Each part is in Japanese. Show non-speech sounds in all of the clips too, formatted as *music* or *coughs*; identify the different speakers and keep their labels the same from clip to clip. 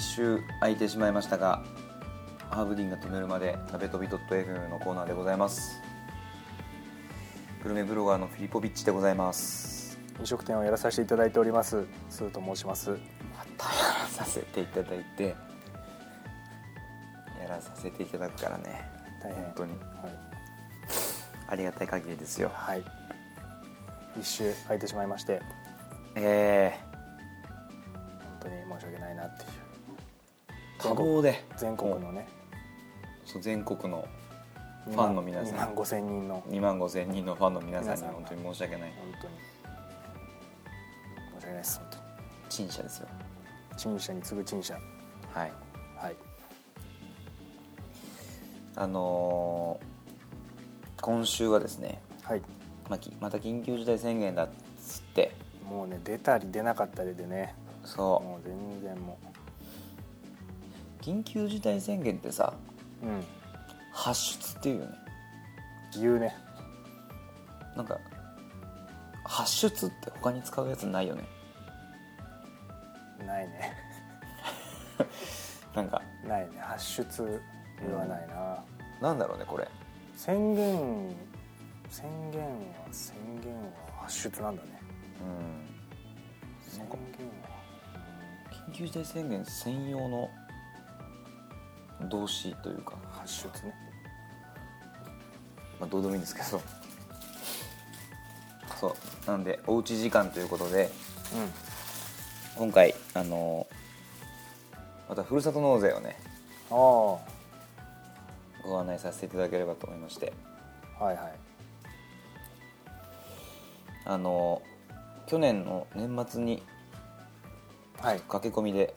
Speaker 1: 週空いてしまいましたがハーブディンが止めるまで鍋飛び .fm のコーナーでございますグルメブロガーのフィリポビッチでございます
Speaker 2: 飲食店をやらさせていただいておりますスーと申します
Speaker 1: またやらさせていただいてやらさせていただくからね
Speaker 2: 大変
Speaker 1: 本当に
Speaker 2: は
Speaker 1: ありがたい限りですよ
Speaker 2: い、はい、一周空いてしまいまして
Speaker 1: え
Speaker 2: 本当に申し訳ないなっていう
Speaker 1: ー、多忙で
Speaker 2: 全国のね
Speaker 1: そう全国のファンの皆さん
Speaker 2: 2万5千人の
Speaker 1: 2万5千人のファンの皆さんに
Speaker 2: 皆さん
Speaker 1: 本当に申し訳ない
Speaker 2: 本当に申し訳ないです本当に
Speaker 1: 陳謝ですよ
Speaker 2: 陳謝に次ぐ陳謝
Speaker 1: はい
Speaker 2: はい
Speaker 1: あのー今週はですね
Speaker 2: はい
Speaker 1: まあきまた緊急事態宣言だっつって
Speaker 2: もうね出たり出なかったりでね
Speaker 1: そ
Speaker 2: もう全然も
Speaker 1: う緊急事態宣言ってさ
Speaker 2: ううん
Speaker 1: 発出っていうよね
Speaker 2: 言うね
Speaker 1: なんか発出って他に使うやつないよね
Speaker 2: ないね *laughs*
Speaker 1: なんか
Speaker 2: ないね発出言わないな、
Speaker 1: なんだろうねこれ
Speaker 2: 宣言宣言は宣言は発出なんだね
Speaker 1: うん
Speaker 2: 宣言
Speaker 1: か
Speaker 2: は
Speaker 1: 緊急事態宣言専用の動詞というか
Speaker 2: うん発出ね
Speaker 1: まあ、どうでもいいんですけどそうなんでおうち時間ということで今回あのまたふるさと納税をね
Speaker 2: うんあ
Speaker 1: ご案内させていただければと思いまして
Speaker 2: あはいはい
Speaker 1: あの去年の年末に
Speaker 2: はい
Speaker 1: 駆け込みで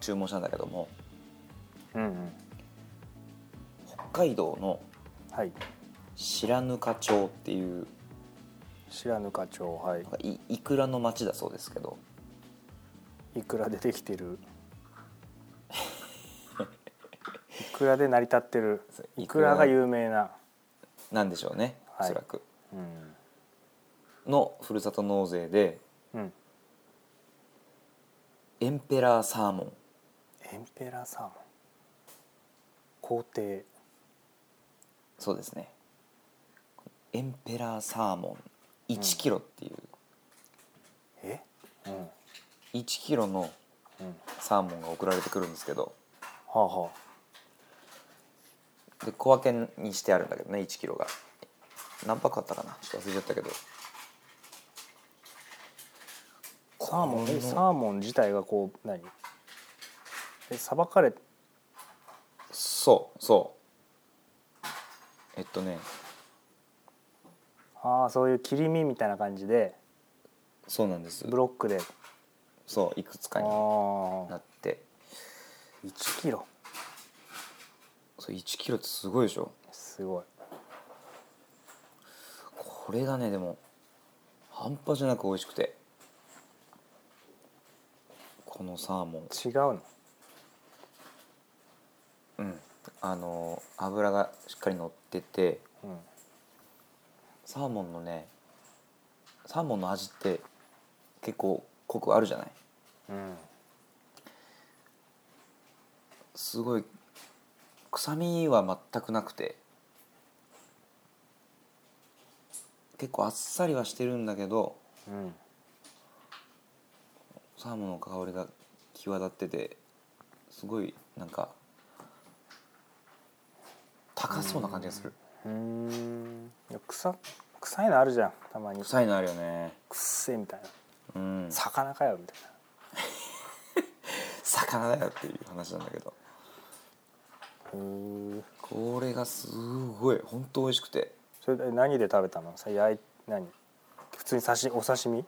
Speaker 1: 注文したんだけども
Speaker 2: うんうん
Speaker 1: 北海道の
Speaker 2: はい
Speaker 1: 白糠町っていう
Speaker 2: 白糠町はい
Speaker 1: なんかいいくらの町だそうですけど
Speaker 2: いくらでできて *laughs* るいくらで成り立ってるいくらが有名な、
Speaker 1: なんでしょうねお
Speaker 2: はい
Speaker 1: そらく、
Speaker 2: うん
Speaker 1: のふるさと納税で
Speaker 2: うん、
Speaker 1: エンペラーサーモン
Speaker 2: エンペラーサーモン皇帝
Speaker 1: そうですねエンペラーサーモン1キロっていう、
Speaker 2: えうんうん
Speaker 1: 1キロのサーモンが送られてくるんですけど
Speaker 2: はあは
Speaker 1: で小分けにしてあるんだけどね1キロが何パックあったかなちょっと忘れちゃったけど
Speaker 2: あサーモン
Speaker 1: この
Speaker 2: えサーモン自体がこう何えさばかれ
Speaker 1: そうそうえっとね
Speaker 2: ああそういう切り身みたいな感じで
Speaker 1: そうなんです
Speaker 2: ブロックで
Speaker 1: そういくつ
Speaker 2: あ
Speaker 1: か
Speaker 2: あ
Speaker 1: にな
Speaker 2: 1
Speaker 1: って
Speaker 2: キロ
Speaker 1: そう1キロってすごいでしょ
Speaker 2: すごい
Speaker 1: これがねでも半端じゃなく美味しくてこのサーモン
Speaker 2: 違うの
Speaker 1: うん、あの油がしっかり乗ってて
Speaker 2: うん
Speaker 1: サーモンのねサーモンの味って結構濃くあるじゃない
Speaker 2: うん
Speaker 1: すごい臭みは全くなくて結構あっさりはしてるんだけど
Speaker 2: うん
Speaker 1: サーモンの香りが際立っててすごいなんか高そうな感じがする
Speaker 2: うーんいや臭臭いのあるじゃんたまにくっ
Speaker 1: 臭いのあるよね
Speaker 2: せえみたいな
Speaker 1: うん
Speaker 2: 魚かよみたいな
Speaker 1: 魚だよっていう話なんだけど
Speaker 2: うーん
Speaker 1: これがすごい本当美味しくて
Speaker 2: それで何で食べたのさ焼い何普通に刺しお刺身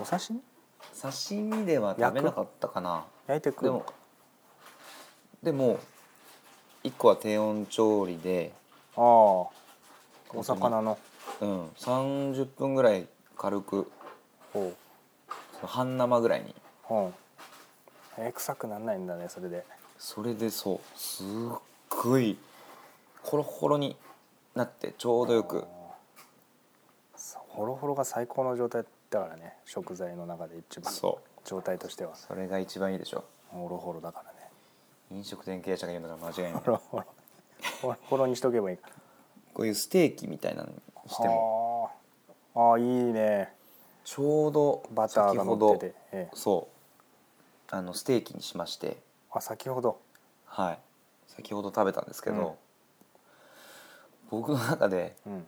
Speaker 2: お刺身
Speaker 1: 刺身では食べなかったかな
Speaker 2: 焼いてく
Speaker 1: でもでも1個は低温調理で、
Speaker 2: ああお魚の
Speaker 1: うん、30分ぐらい軽く
Speaker 2: ほ
Speaker 1: その半生ぐらいに
Speaker 2: ううんえー臭くなんないんだねそれで
Speaker 1: それでそうすっごいホロホロになってちょうどよく
Speaker 2: そうホロホロが最高の状態だからね食材の中で一番
Speaker 1: そう
Speaker 2: 状態としては
Speaker 1: それが一番いいでしょ
Speaker 2: ホロホロだからね
Speaker 1: 飲食店経営者が言うんだから間違いない
Speaker 2: ほらほらほらほろにしとけばいいか
Speaker 1: こういうステーキみたいなのにしても
Speaker 2: はああいいね
Speaker 1: ちょうど
Speaker 2: バター
Speaker 1: 先
Speaker 2: が
Speaker 1: ほ
Speaker 2: 乗っ
Speaker 1: ど
Speaker 2: てて、ええ、
Speaker 1: そうあのステーキにしまして
Speaker 2: あ先ほど
Speaker 1: はい先ほど食べたんですけ
Speaker 2: うん
Speaker 1: ど、僕の中で
Speaker 2: うん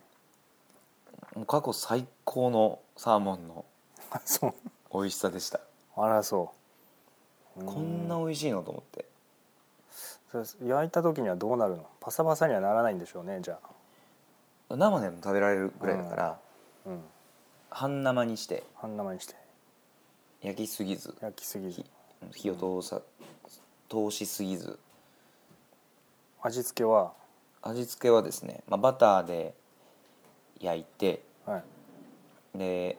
Speaker 2: *laughs*
Speaker 1: もう過去最高のサーモンの
Speaker 2: あそう
Speaker 1: 美味しさでした
Speaker 2: あらそうう
Speaker 1: こんな美味しいのと思って
Speaker 2: そうです焼いた時にはどうなるのパサパサにはならないんでしょうねじゃあ
Speaker 1: 生でも食べられるぐらいだから、
Speaker 2: うん
Speaker 1: 半生にして
Speaker 2: 半生にして
Speaker 1: 焼きすぎず
Speaker 2: 焼きすぎず
Speaker 1: 火火を通さ通しすぎず
Speaker 2: 味付けは
Speaker 1: 味付けはですね、まあ、バターで焼いて
Speaker 2: はい
Speaker 1: で、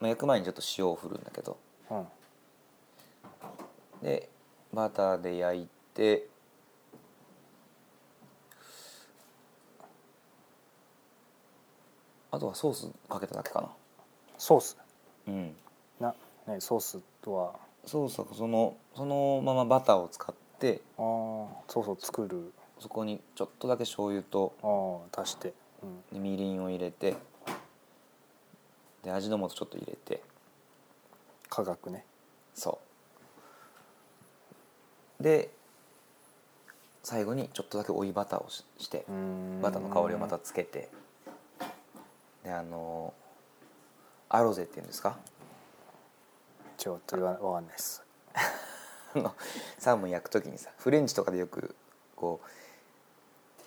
Speaker 1: まあ、焼く前にちょっと塩を振るんだけど
Speaker 2: うん
Speaker 1: でバターで焼いてあとはソースかけただけか
Speaker 2: ソース
Speaker 1: なうん
Speaker 2: なねソースとは
Speaker 1: ソースはそのそのままバターを使って
Speaker 2: あーソースを作る
Speaker 1: そこにちょっとだけ醤油と
Speaker 2: あー足して、うん、
Speaker 1: でみりんを入れてで味の素ちょっと入れて
Speaker 2: 科学ね
Speaker 1: そうで最後にちょっとだけ追いバターをしして
Speaker 2: うーん
Speaker 1: バターの香りをまたつけてであのアロゼっていうんですか *laughs*
Speaker 2: ちょっと言わわかんないです
Speaker 1: あのサーモン焼く時にさフレンチとかでよくこう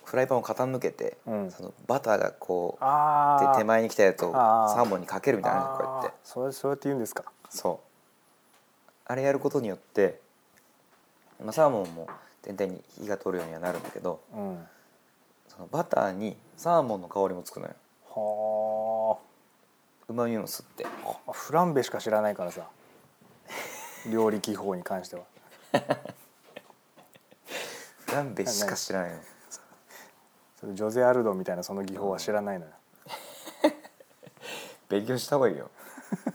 Speaker 1: フライパンを傾けて、
Speaker 2: うん
Speaker 1: そのバターがこう
Speaker 2: あ
Speaker 1: 手
Speaker 2: あ
Speaker 1: 手前に来たやつを
Speaker 2: あー
Speaker 1: サーモンにかけるみたいなのこうやって
Speaker 2: あーそれそうやって言うんですか
Speaker 1: そうあれやることによって、まあ、サーモンも全体に火が通るようにはなるんだけど
Speaker 2: うんは
Speaker 1: そのバターにサーモンの香りもつくのようまみも吸って
Speaker 2: あフランベしか知らないから
Speaker 1: *laughs*
Speaker 2: さ料理技法に関しては
Speaker 1: フランベしか知らないの
Speaker 2: それジョゼ・アルドみたいなその技法は知らないのよ、
Speaker 1: *laughs* 勉強した方が
Speaker 2: *laughs*
Speaker 1: いいよ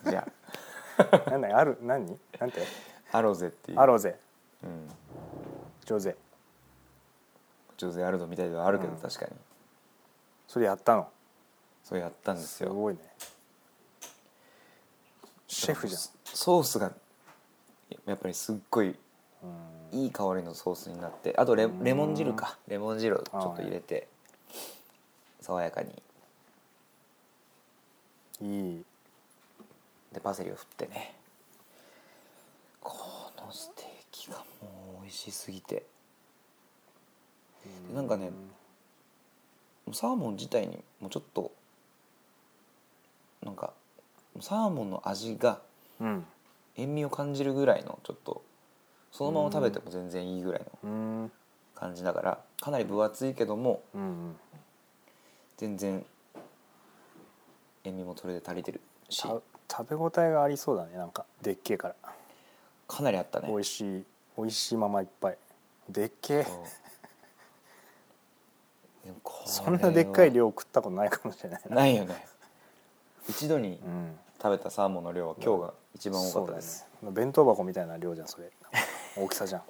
Speaker 1: じゃ
Speaker 2: なんだよある何なんて
Speaker 1: あアロゼっていう
Speaker 2: アロゼ
Speaker 1: うん、
Speaker 2: ジョゼ
Speaker 1: ジョゼ・アルドみたいではあるけど、
Speaker 2: うん
Speaker 1: 確かに
Speaker 2: それやったの
Speaker 1: それやったんです
Speaker 2: す
Speaker 1: よ
Speaker 2: ごいねシェフじゃん
Speaker 1: ソースがやっぱりすっごい
Speaker 2: うん
Speaker 1: いい香りのソースになってあとレ
Speaker 2: うん
Speaker 1: レモン汁かレモン汁をちょっと入れて爽やかに
Speaker 2: いい
Speaker 1: でパセリを振ってねこのステーキがもう美味しすぎてでなんかねサーモン自体にもちょっとなんかサーモンの味が
Speaker 2: うん
Speaker 1: 塩味を感じるぐらいのちょっとそのまま食べても全然いいぐらいの
Speaker 2: うんうん
Speaker 1: 感じだからかなり分厚いけども
Speaker 2: うん
Speaker 1: 全然塩味もそれで足りてるした
Speaker 2: 食べ応えがありそうだねなんかでっけえから
Speaker 1: かなりあったね
Speaker 2: 美味しい美味しいままいっぱいでっけえ
Speaker 1: そうでもこれは
Speaker 2: そんなでっかい量食ったことないかもしれないな
Speaker 1: ないよね一度に
Speaker 2: うん
Speaker 1: 食べたサーモンの量は今日が一番多か
Speaker 2: そ
Speaker 1: っ
Speaker 2: う
Speaker 1: た
Speaker 2: だ
Speaker 1: で
Speaker 2: ね
Speaker 1: す、
Speaker 2: 弁当箱みたいな量じゃんそれ大きさじゃん
Speaker 1: ちょ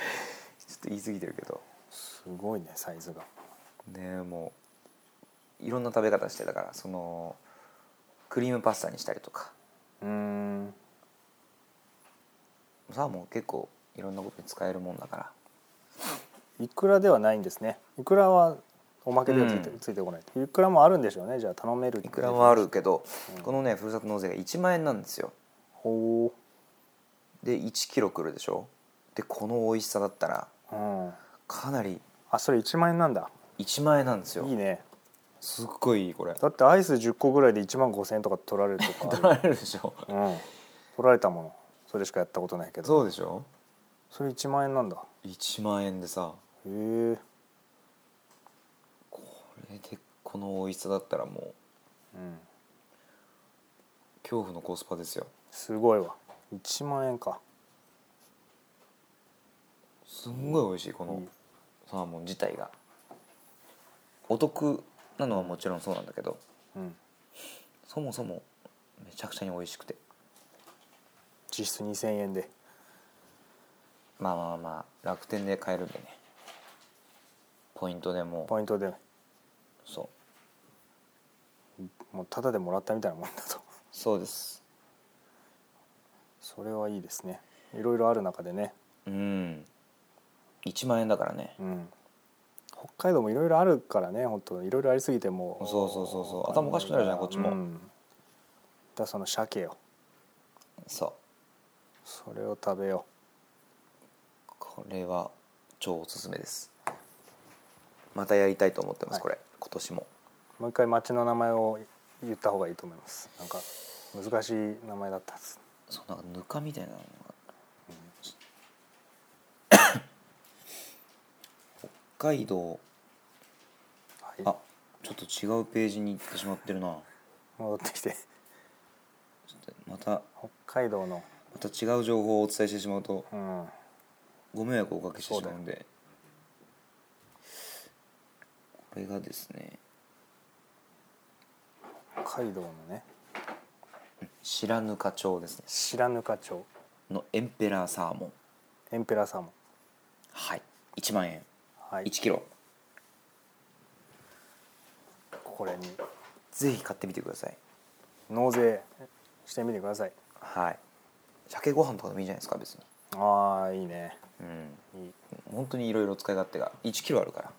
Speaker 1: っと言い過ぎてるけど
Speaker 2: すごいねサイズが
Speaker 1: ねもういろんな食べ方してたからそのクリームパスタにしたりとか
Speaker 2: うーん
Speaker 1: サーモン結構いろんなことに使えるもんだから
Speaker 2: いくらではないんですねいくらはおまけではついて,、
Speaker 1: うん
Speaker 2: ついてこないいくらもあるんでしょうねじゃあ頼める
Speaker 1: いくらもある
Speaker 2: け
Speaker 1: けど、
Speaker 2: うん
Speaker 1: このねふるさと納税が1万円なんですよ
Speaker 2: ほ
Speaker 1: で1キロくるでしょでこの美味しさだったら
Speaker 2: う、うん、
Speaker 1: かなり
Speaker 2: あそれ1万円なんだ
Speaker 1: 1万円なんですよ
Speaker 2: いいね
Speaker 1: すっごいいいこれ
Speaker 2: だってアイス10個ぐらいで1万5000円とか取られるとか
Speaker 1: *laughs* 取られるでしょ
Speaker 2: ある、うん、取られたものそれしかやったことないけど
Speaker 1: そうでしょ
Speaker 2: それ1万円なんだ
Speaker 1: 1万円でさ
Speaker 2: へえ
Speaker 1: これでこの美味しさだったらもう
Speaker 2: うん
Speaker 1: 恐怖のコスパですよ
Speaker 2: すごいわ1万円か
Speaker 1: すんごい美味しいこ
Speaker 2: う
Speaker 1: の
Speaker 2: ん
Speaker 1: サーモン自体がお得なのはもちろんそうなんだけど
Speaker 2: うん
Speaker 1: そもそもめちゃくちゃに美味しくて
Speaker 2: 実質2000円で
Speaker 1: まあまあまあ楽天で買えるんでねポイントでもう
Speaker 2: ポイントで
Speaker 1: そう
Speaker 2: もうタダでもらったみたいなもんだと
Speaker 1: そうです
Speaker 2: それはいいですねいろいろある中でね、
Speaker 1: うん1万円だからね
Speaker 2: うん、北海道もいろいろあるからね本当いろいろありすぎても
Speaker 1: そうそうそうそう頭おかしくなるじゃんこっちも
Speaker 2: うんだからその鮭よ
Speaker 1: そう
Speaker 2: それを食べよ
Speaker 1: これは超おすすめですまたやりたいと思ってます、
Speaker 2: はい
Speaker 1: これ今年も
Speaker 2: うもう一回町の名前を言った方がいいと思いますなんか難しい名前だったんです
Speaker 1: そうなんかぬかみたいなのが、 *coughs* 北海道あ
Speaker 2: は
Speaker 1: ちょっと違うページに行ってしまってるな
Speaker 2: あ戻ってきて
Speaker 1: ちょっとまた
Speaker 2: 北海道の
Speaker 1: また違う情報をお伝えしてしまうと
Speaker 2: うん
Speaker 1: ご迷惑をおかけしてしまうんでこれがですね
Speaker 2: 北海道のね
Speaker 1: 白糠町ですね
Speaker 2: 白糠町
Speaker 1: のエンペラーサーモン
Speaker 2: エンペラーサーモン
Speaker 1: はい1万円
Speaker 2: はい
Speaker 1: 1キロ
Speaker 2: これに
Speaker 1: ぜひ買ってみてください
Speaker 2: 納税してみてください
Speaker 1: はい鮭ご飯とかでもいいじゃないですか別に
Speaker 2: ああいいね
Speaker 1: うん
Speaker 2: いい
Speaker 1: 本当にいろいろ使い勝手が1キロあるから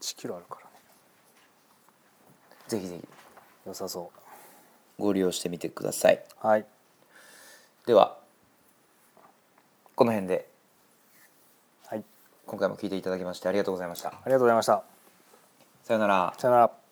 Speaker 2: 1キロあるからね
Speaker 1: ぜひぜひ
Speaker 2: 良さそ
Speaker 1: ご利用してみてくださいう
Speaker 2: はい
Speaker 1: ではこの辺で
Speaker 2: はい
Speaker 1: 今回も聞いていただきましてありがとうございました
Speaker 2: ありがとうございました
Speaker 1: さようなら
Speaker 2: さよなら